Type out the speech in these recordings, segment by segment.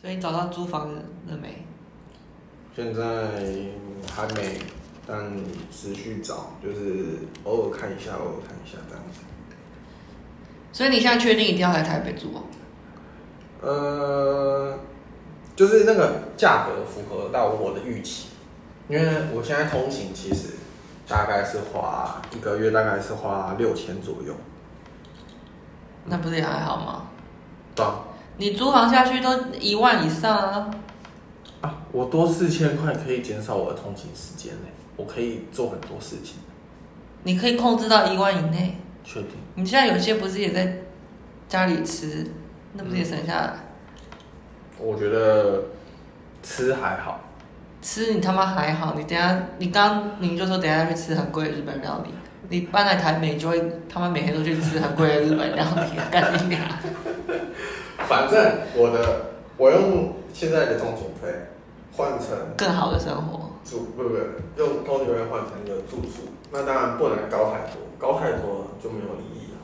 所以你找到租房了了没？现在还没，但持续找，就是偶尔看一下，偶尔看一下这样子。所以你现在确定一定要来台北住哦？呃，就是那个价格符合到我的预期，因为我现在通勤其实大概是花一个月大概是花六千左右，那不是也还好吗？对啊你租房下去都一万以上啊，啊，我多四千块可以减少我的通勤时间呢、我可以做很多事情，你可以控制到一万以内。确定？你现在有些不是也在家里吃，那不是也省下来？我觉得吃还好，吃你他妈还好，你等一下你刚你就说等一下去吃很贵的日本料理，你搬来台北你就会他妈每天都去吃很贵的日本料理，干你娘！反正我的我用现在的通勤费换成更好的生活，住不不用通勤费换成一个住宿，那当然不能高太多，高太多就没有意义了。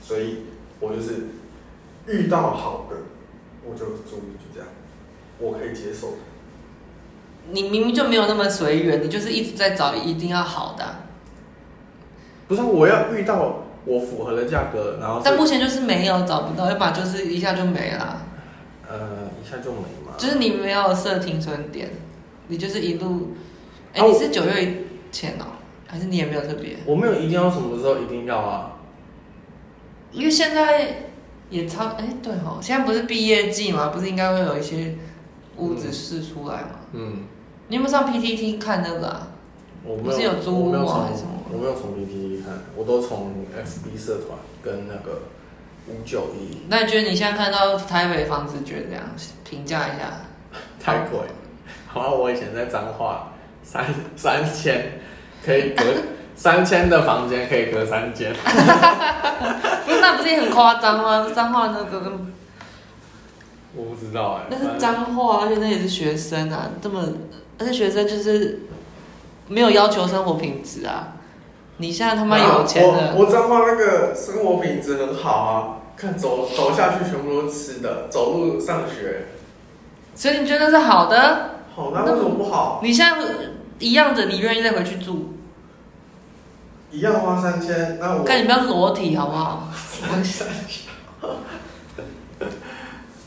所以我就是遇到好的我就住，就这样，我可以接受的。你明明就没有那么随缘，你就是一直在找一定要好的啊、不是啊我要遇到我符合的价格，然后是但目前就是没有找不到，要不然就是一下就没了，呃一下就没嘛。就是你没有设停损点，你就是一路，哎、啊我你是九月前哦、还是你也没有特别？我没有一定要什么时候一定要啊，因为现在也超哎、对哦，现在不是毕业季嘛，不是应该会有一些屋子试出来嘛？嗯，你有没有上 PTT 看那个啊？我不没是有有租我没有屋啊从还是什么我没有从 PPT 看，我都从 FB 社团跟那个五九一那你觉得你现在看到台北房子，觉得怎样？评价一下。太贵了。哦好啊，我以前在彰化三三千可以隔三千的房间可以隔三间，不是，那不是也很夸张吗？脏话那个跟我不知道哎、那反是正脏话，而且那也是学生啊，这么而且学生就是没有要求生活品质啊。你现在他妈有钱啊的，我我彰化那个生活品质很好啊，看走走下去全部都是吃的，走路上学，所以你觉得是好的？好，那为什么不好？你现在一样的，你愿意再回去住？一样花三千，那我看你不要裸体好不 好？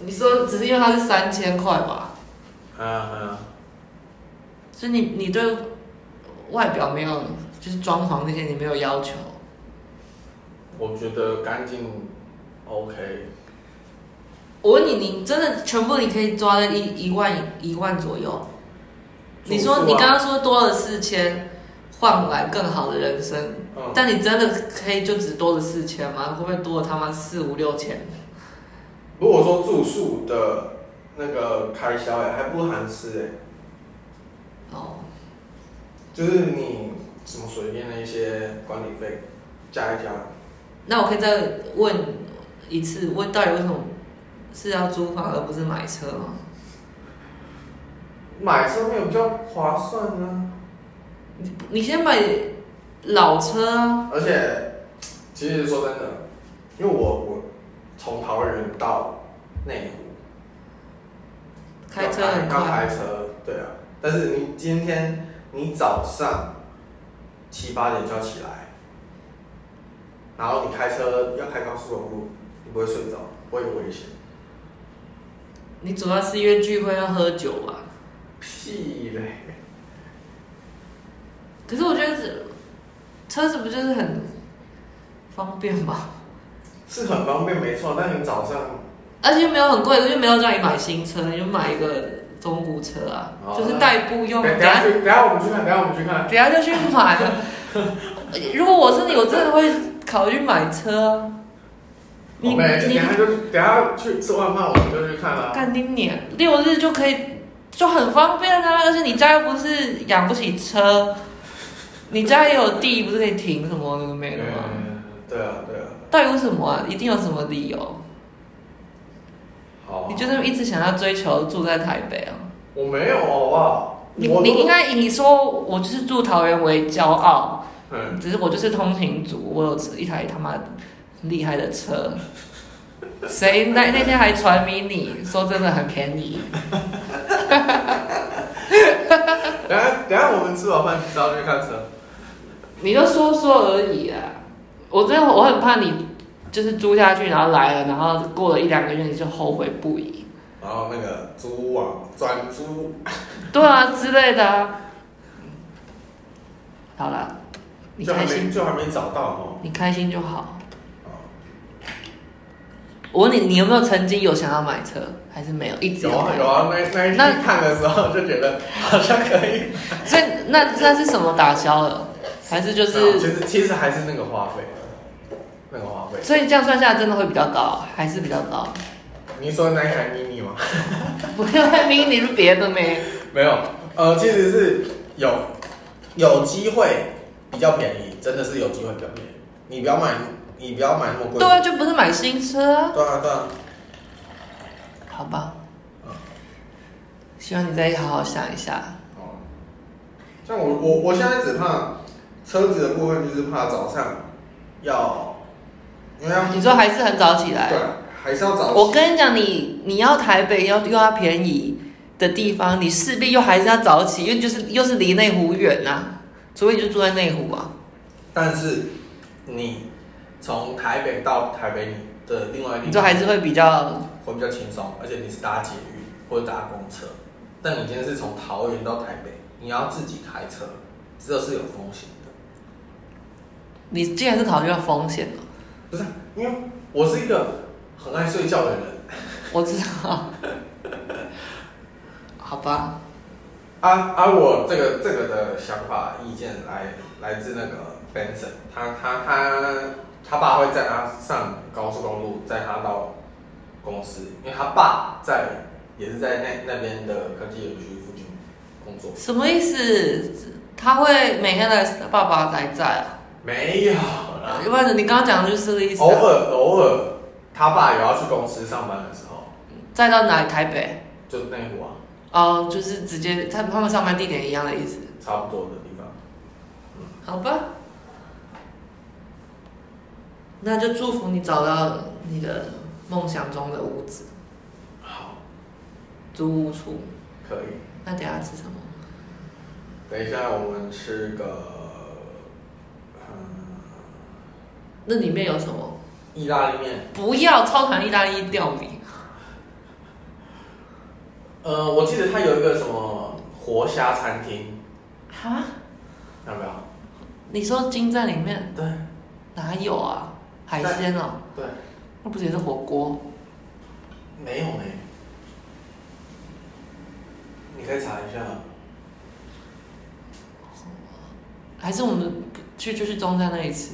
你说只是因为它是三千块吧，啊啊，所以你你对外表没有，就是装潢那些你没有要求。我觉得干净 OK，我问你，你真的全部你可以抓在一一万一万左右？你住说宿啊你刚刚说多了四千，换来更好的人生，嗯，但你真的可以就只多了四千吗？会不会多了他妈四五六千？如果说住宿的那个开销哎、还不含吃哎、哦，就是你什么水电的一些管理费加一加，那我可以再问一次，问到底为什么是要租房而不是买车吗？买车没有比较划算啊。你你先买老车啊，而且，其实说真的，因为我我从桃园到内湖，开车要很要快，开车，对啊。但是你今天你早上七八点就要起来，然后你开车要开高速公路，你不会睡着，会有危险。你主要是因为聚会要喝酒吧？屁嘞！可是我觉得这车子不就是很方便吗？是很方便没错，但你早上而且又没有很贵，又没有叫你买新车，你就买一个中古车啊，哦就是代步用。等等等下下去，等下我们去看，等下我们去看。等下就去买了。 如果我是你，我真的会考虑买车啊。你我们等你下就等下去吃完饭，我们就去看啊了。干丁年六日就可以，就很方便啊！而且你家又不是养不起车，你家也有地，不是可以停什么的没了吗？嗯，对啊，对啊。到底为什么啊？一定有什么理由？好啊你就是一直想要追求住在台北啊？我没有，好不好？你我你应该以你说我就是住桃园为骄傲，嗯，只是我就是通勤族，我有一台他妈厉害的车，谁那那天还传迷你，说真的很便宜。等下等下我们吃完饭然后就去看车，你就说说而已啊！我真的我很怕你就是租下去，然后来了，然后过了一两个月你就后悔不已，然后那个租网转租，对啊之类的啊。好了，你就还开没心，就还没找到哦。你开心就好。哦我问你，你有没有曾经有想要买车，还是没有？一直有啊买有啊，那那一那天看的时候就觉得好像可以，所以那那是什么打消了？还是就然后 其是？实其实还是那个花费，那个花费。所以这样算下来真的会比较高，还是比较高？你说那一台 mini 吗？ 不要再迷你是别的没。没有，呃，其实是有有机会比较便宜，真的是有机会比较便宜。你不要买，你不要买那么贵。对啊，就不是买新车啊。对啊，对啊，好吧嗯，希望你再好好想一下。哦，像我我我现在只怕车子的部分，就是怕早上要，因为要你说还是很早起来对，，还是要早起。我跟你讲，你你要台北要又要便宜的地方，你势必又还是要早起，因为就是又是离内湖远啊，除非你就住在内湖啊。但是你从台北到台北，你的另外一你地就方还是会比较会比较轻松，而且你是搭捷运或者搭公车。但你今天是从桃园到台北，你要自己开车，这是有风险的。你既然是考虑到风险了，不是啊，因为我是一个很爱睡觉的人 我知道。好吧，啊啊！我这个这个的想法意见来来自那个 Benson，他他他他爸会载他上高速公路，载他到公司，因为他爸在也是在那那边的科技园区附近工作。什么意思？他会每天来爸爸来载啊？没有啦，要不然你刚刚讲的就是这个意思、偶啊。尔偶尔，他爸有要去公司上班的时候，载到哪里？台北？就内湖啊，哦，就是直接他他们上班地点一样的意思，差不多的地方。好吧？那就祝福你找到你的梦想中的屋子，好，租屋处。可以。那等一下吃什么？等一下我们吃个，嗯，那里面有什么？意大利面。不要超谈意大利料理，呃，我记得他有一个什么活虾餐厅，哈？有没有？你说金在里面对哪有啊？海鲜哦，对，那不是也是火锅？没有呢。你可以查一下。还是我们去就去中山那里吃？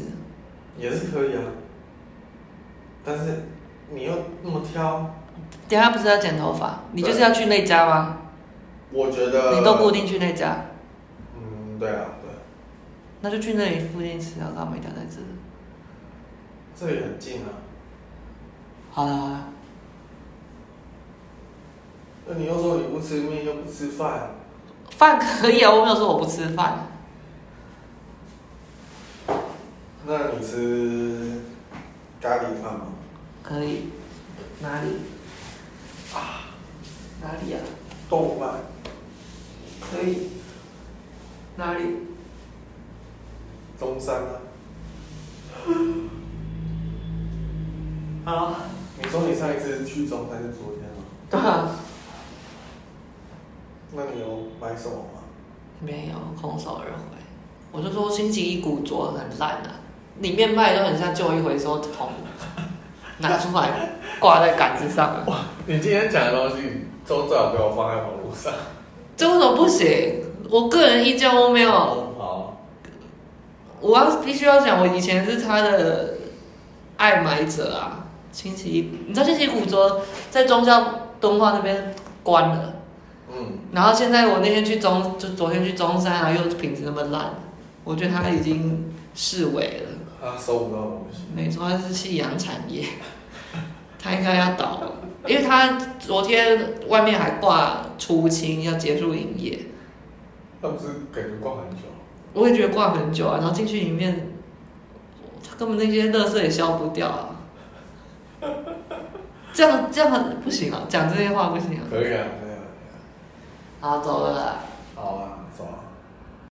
也是可以啊，但是你又那么挑，等一下不是要剪头发，你就是要去那家吗？我觉得你都固定去那家。嗯，对啊，对，那就去那里附近吃啊，干嘛一定要在这？这里很近啊。好了好了，那你又说你不吃面又不吃饭，饭可以啊，我没有说我不吃饭。那你吃咖喱饭吗？可以，哪里？啊，哪里啊？豆饭，可以，哪里？中山啊。好，你说你上一次去中山是昨天吗？对啊，那你有买什么吗？没有，空手而回。我就说星期一古着很烂啊，里面卖都很像旧衣回收桶，拿出来挂在杆子上啊，你今天讲的东西都最好给我放在网络上。这为什么不行？我个人意见我没有。好，我要必须要讲，我以前是他的爱买者啊。星期一，你知道星期古着在中校东化那边关了，嗯，然后现在我那天去中，就昨天去中山啊，又品质那么烂，我觉得他已经视为了，他收不到东西。没错，它是夕阳产业， 他应该要倒了，因为他昨天外面还挂出清要结束营业，那不是感觉逛很久？我也觉得挂很久啊，然后进去里面，他根本那些垃圾也消不掉啊。这样这样很不行啊，讲这些话不行啊。可以啊，可以啊，好，走了啦。好啊，走啊。